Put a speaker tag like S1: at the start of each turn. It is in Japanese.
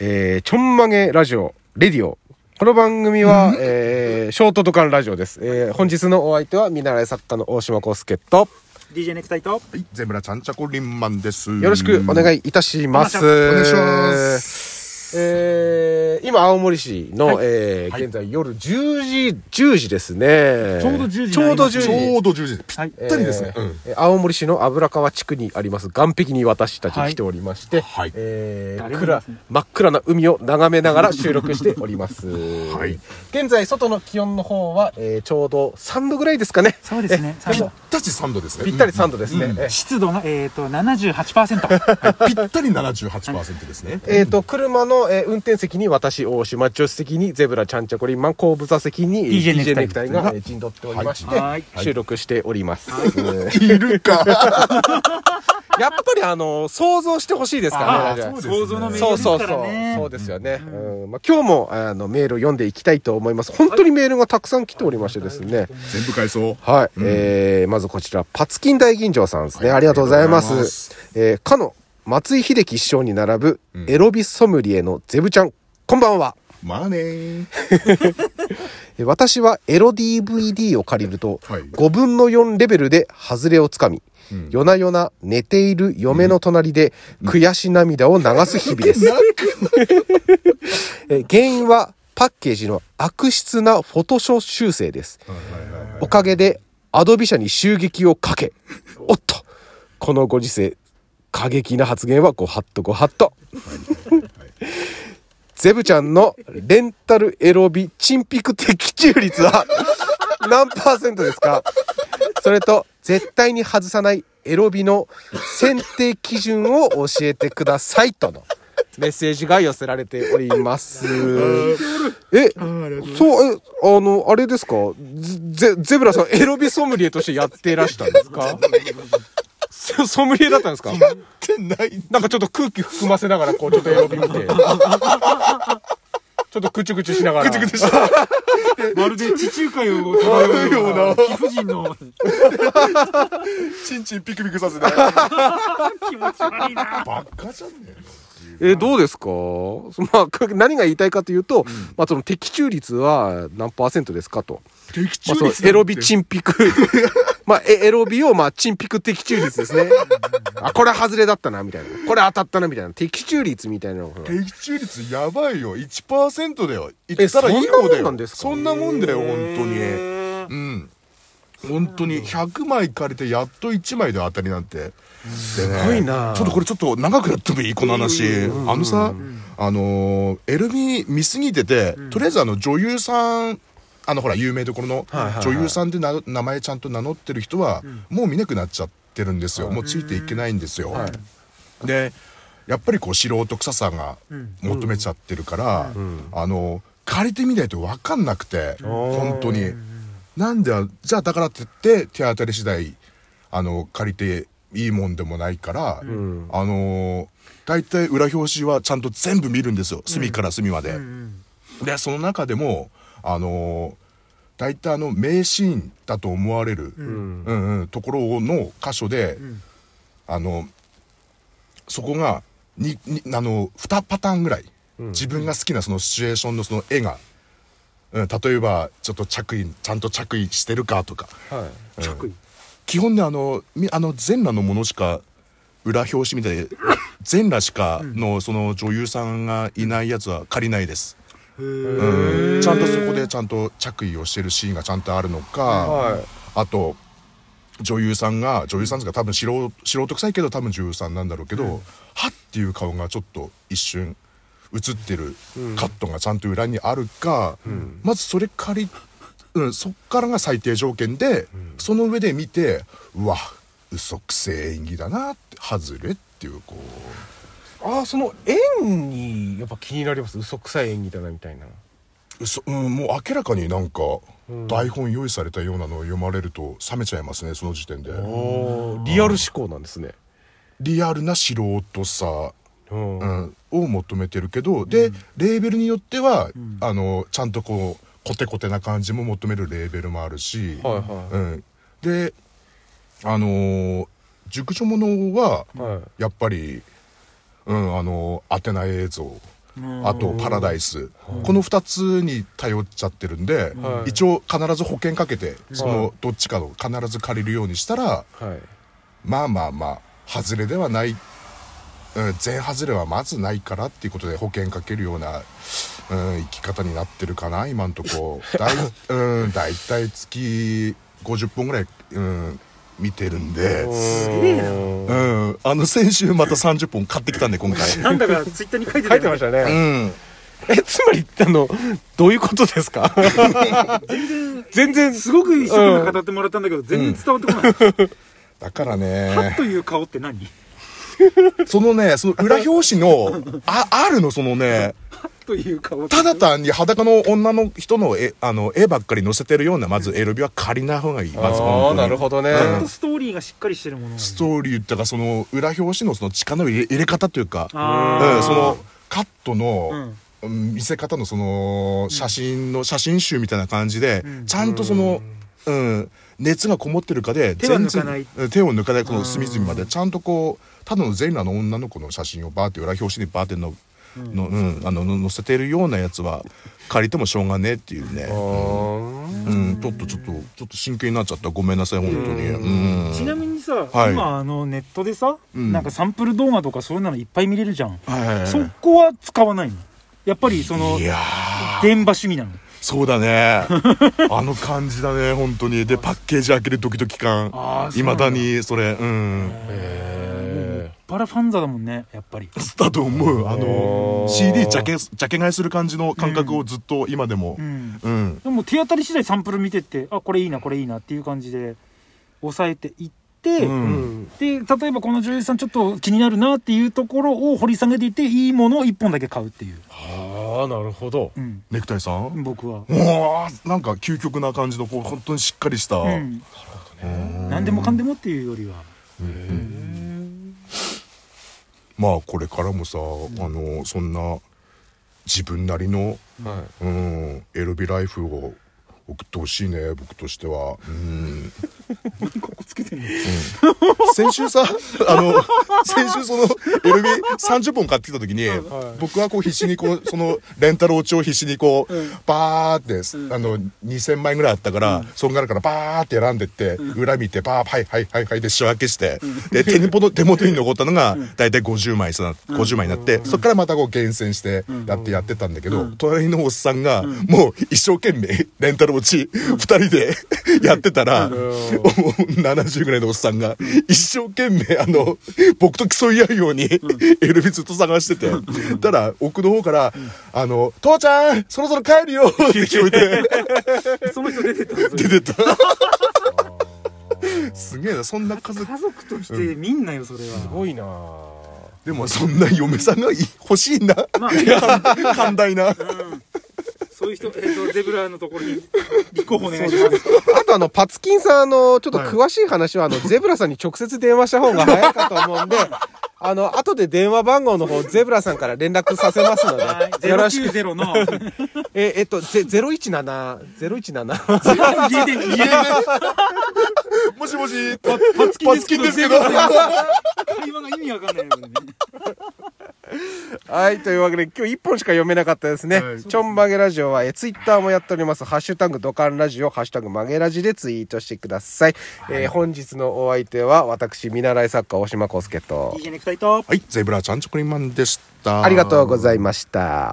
S1: えー、ちょんまげラジオ、レディオ。この番組は、えー、ショートドカンラジオです。えー、本日のお相手は、見習い作家の大島康介と、
S2: DJ ネクタイと
S3: はい、ゼブラちゃんちゃこりんまんです。
S1: よろしくお
S3: い。
S1: 願いいたします。
S3: お願いします。
S1: えー、今、青森市の、えー、現在夜10時、10時ですね。
S2: ちょうど10時に
S1: ちょうど10時。
S3: ちょうど10時です。ぴ
S2: はい
S3: ったりですね。
S1: え
S3: う
S1: ー
S3: ん
S1: えー青森市の油川地区にあります岸壁に私たち来ておりまして、
S3: はいはい
S1: えー
S2: 誰もいま
S1: 暗
S2: せん
S1: 真っ暗な海を眺めながら収録しております、
S3: はい
S1: 現在外の気温の方は、えーちょうど3度ぐらいですかね
S2: そうですね
S1: えー
S2: 3度
S3: ぴったし3度ですね。
S1: ぴったり3度ですね、
S3: うん
S1: えー
S2: 湿度が、えー、と78%、
S3: はいぴったり78%ですね。
S1: えー、と車の、えー運転席に私大島助手席にゼブラちゃんちゃこりんマン後部座席に
S2: DJ ネクタ
S1: ネクタイ
S2: イ
S1: が、えー陣取っておりまして、
S2: はい
S3: はい
S1: 収録しております、えー
S3: いるか。
S1: やっぱりあの想像してほしいですから
S2: あ
S1: ね
S3: ーそうですね
S2: 想像の目
S1: そう
S2: です
S1: そう
S2: か
S1: そ
S2: ら
S1: う
S2: ね。
S1: そうですよね。うんまあ、今日もあのメールを読んでいきたいと思います。本当にメールがたくさん来ておりましてですね。
S3: 全部返そう。
S1: はい。えー、まずこちら、パツキン大吟醸さんですね。
S3: はい
S1: ありがとうございま
S3: ありがとうご
S1: す。えー、かの松井秀喜師匠に並ぶ
S3: ん
S1: エロビソムリエのゼブちゃん、こんばんは。
S3: まあね
S1: え
S3: ー。
S1: ー私はエロ DVD を借りると、
S3: はい
S1: 5分の4レベルで外れをつかみ、夜な夜な寝ている嫁の隣で悔し涙を流す日々 です。 えー原因はパッケージの悪質なフォトショー修正です。おかげでアドビ社に襲撃をかけ、おっと、このご時世、過激な発言はごはっとごはっと。ゼブちゃんのレンタルエロビチンピク的中率は 何パーセントですかそれと絶対に外さないエロビの選定基準を教えてくださいとのメッセージが寄せられております。え、そう、え、あの、あれですかゼ、ゼブラさんエロビソムリエとしてやってらしたんですかソソムリエだったんですか
S3: ってない。
S1: なんかちょっと空気含ませながら、こう、ちょっとエロビ見て。ちょっとくちゅくちゅしながら。
S3: ぐちした。
S2: まるで地中海を漂うような貴婦人の
S3: ちんちんピクピクさせて。バ
S2: 気持ち悪いな
S3: カじゃね
S1: え、どうですかそまあ、か何が言いたいかというと、まあ、その的中率は何パーセントですかと。
S3: えの。的
S1: まあ、そのエロビチンピ ク。まあ、えエロビを、まあ、チンピク的中率ですね。あ、これ外れだったな、みたいな。これ当たったな、みたいな。的中率みたいなのが。
S3: 的中率やばいよ。1%だよ。言ったらいい
S1: そんなも
S3: 方
S1: ん
S3: だ
S1: なんで
S3: よ。
S1: すか
S3: そんなもんだよ、本当に。うん。本当に100枚借りてやっと1枚で当たりなんて。す
S1: ごいな
S3: ちょっとこれちょっと長くなってもいいこの話。あのさ、あのー、エルビ見すぎてて、とりあえずあの女優さん、あのほら有名どころの女優さんでな名前ちゃんと名乗ってる人は、もう見なくなっちゃってるんですよ。もうついていけないんですよ。でやっぱりこう素人臭さが求めちゃってるから、あの借りてみないと分かんなくて、本当になんであじゃあだからって言って手当たり次第あの借りていいもんでもないから、あの大体裏表紙はちゃんと全部見るんですよ隅から隅まで。でその中でもあの大体あの名シーンだと思われる、うんうん、ところの箇所で、あのそこがににあの2パターンぐらい、自分が好きなそのシチュエーションのその絵が、うん、例えばちょっと着衣ちゃんと着衣してるかとか
S1: はい。着衣。
S3: 基本ねあのみあの全裸のものしか裏表紙みたいで全裸しかのその女優さんがいないやつは借りないです。うん、ちゃんとそこでちゃんと着衣をしてるシーンがちゃんとあるのか、
S1: はい
S3: あと女優さんが女優さんですか多分素人素人臭いけど多分女優さんなんだろうけど、はっっていう顔がちょっと一瞬映ってるカットがちゃんと裏にあるか、まずそれ借り、うん、そっからが最低条件で、その上で見てうわ嘘くせえ演技だなって外れっていうこ
S1: ああ、その、縁に、やっぱ気になります。嘘くさい演技だな、みたいな。
S3: う嘘、うん、もう明らかになんか台本用意されたようなのを読まれると冷めちゃいますねその時点で。
S1: おーリアル思考なんですね。
S3: リアルな素人さ
S1: うん
S3: うん、を求めてるけどで、レーベルによっては、あのちゃんとこうコテコテな感じも求めるレーベルもあるし、
S1: はいはい
S3: うん、であのー熟女ものは、
S1: は
S3: やっぱり、うん、あの当てない映像あとパラダイスこの2つに頼っちゃってるんで、
S2: はい
S3: 一応必ず保険かけてそのどっちかを必ず借りるようにしたら
S1: はい。
S3: まあまあまあ外れではない、うん、全外れはまずないからっていうことで保険かけるような、うん、生き方になってるかな今んとこだい、 うん、だいたい月50本ぐらい、うん、見てるんで。
S1: す
S2: げえな
S3: うん、あの先週また30本買ってきたんで今回
S2: なんだかツイッターに書いてた
S1: 書い
S2: よ
S1: てましたね。
S3: うん
S1: え、つまり、あの、どういうことですか全然、
S2: すごく一生懸命語ってもらったんだけど、全然伝わってこない。
S3: だから
S2: ハッ
S3: ね
S2: という顔って何
S3: そのねその裏表紙のあ R のそのね
S2: という顔って
S3: ただ単に裸の女の人の絵あの絵ばっかり載せてるようなまずエロビは借りない方がいいまず
S1: ああ、
S3: 本当
S1: な
S3: に
S1: るほどね。
S2: ちゃんとストーリーがしっかりしてるものなんだ
S3: ストーリーってかその裏表紙のその力の入れ入れ方というか、
S2: あー
S3: うんそのカットの、うん見せ方のその写真の、写真集みたいな感じで、ちゃんとその、うん、熱がこもってるかで
S2: 手は
S3: 全
S2: 抜
S3: 然
S2: かない
S3: うん手を抜かないこの隅々までちゃんとこうただの全裸の女の子の写真をバーって裏表紙にバーっての。のうん、あのの載せてるようなやつは借りてもしょうがねえっていうね、うん、ちょっとちょっとちょっと真剣になっちゃったごめんなさい本当にうん
S2: ちなみにさ、
S3: はい
S2: 今あのネットでさ、
S3: ん
S2: なんかサンプル動画とかそういうのいっぱい見れるじゃん、
S3: はいはいはい
S2: そこは使わないのやっぱりその
S3: いやー
S2: 電波主義なの
S3: そうだね あの感じだね本当にでパッケージ開けるドキドキ
S2: あ
S3: 感
S2: ーそう
S3: い
S2: な
S3: ま
S2: んだ
S3: だにそれうん
S2: バラファンザだもんねやっぱり
S3: だと思うあの CD ジャケジャケ買いする感じの感覚をずっと今でも
S2: うん
S3: うん
S2: でも手当たり次第サンプル見てってあこれいいなこれいいなっていう感じで抑えていって、
S3: うん
S2: で例えばこの女優さんちょっと気になるなっていうところを掘り下げていっていいものを1本だけ買うっていう、
S1: ああ、なるほど。
S2: うん、
S3: ネクタイさん
S2: 僕は、
S3: うわーなんか究極な感じのこう本当にしっかりした
S2: うん、何でもかんでもっていうよりは
S3: まあこれからもさあのそんな自分なりの
S1: は
S3: うんエルビライフを送ってほしいね僕としてはうん
S2: ここつけてる
S3: 先週さ、あの、先週その、エルビ30本買ってきた時に、僕はこう必死にこう、その、レンタル落ちを必死にこう、バーってす、あの、2000枚ぐらいあったから、そんがらからバーって選んでって、裏見て、バー、はいはいはいはいで仕分けして、で、手元の、手元に残ったのが、だいたい50枚さ、50枚になって、そっからまたこう厳選して、やってやってたんだけど、隣のおっさんが、もう一生懸命、レンタル落ち、二人でやってたら、70ぐらいのおっさんが、一生懸命、あの、僕と競い合うように、エルビずっと探してて、たら、奥の方から、あの、父ちゃん、そろそろ帰るよって聞こえて、
S2: その人出てったんですよ
S3: 出てた。すげえな、そんな家族。
S2: 家族としてみんなよそれ
S1: す
S2: は、
S1: ごいな
S3: でも、そんな嫁さんがい欲しいな。
S2: まあ
S3: 寛大な。
S2: そういう人、えー、とゼブラのところに立候補お願いします
S1: あとあの、パツキンさん、あの、ちょっと詳しい話 は、あの、ゼブラさんに直接電話した方が早いかと思うんで、 あの、後で電話番号の方、ゼブラさんから連絡させますので、よろしく。
S2: 090の
S1: え、えっと、ゼ017、017。
S2: 家電家電
S3: もしもし、
S2: パツ
S3: パツキンですけど。
S2: 会話が意味わかんない よね
S1: はい、というわけで今日一本しか読めなかったですね。
S3: はい
S1: ちょんまげラジオは、え、ツイッターもやっております。ハッシュタグドカンラジオ、ハッシュタグ曲げラジでツイートしてください。えー本日のお相手は、私、見習い作家、大島康介と
S2: いい、じゃね二人と
S3: はい、ゼブラちゃんチョコリンマンでした。
S1: ありがとうございました。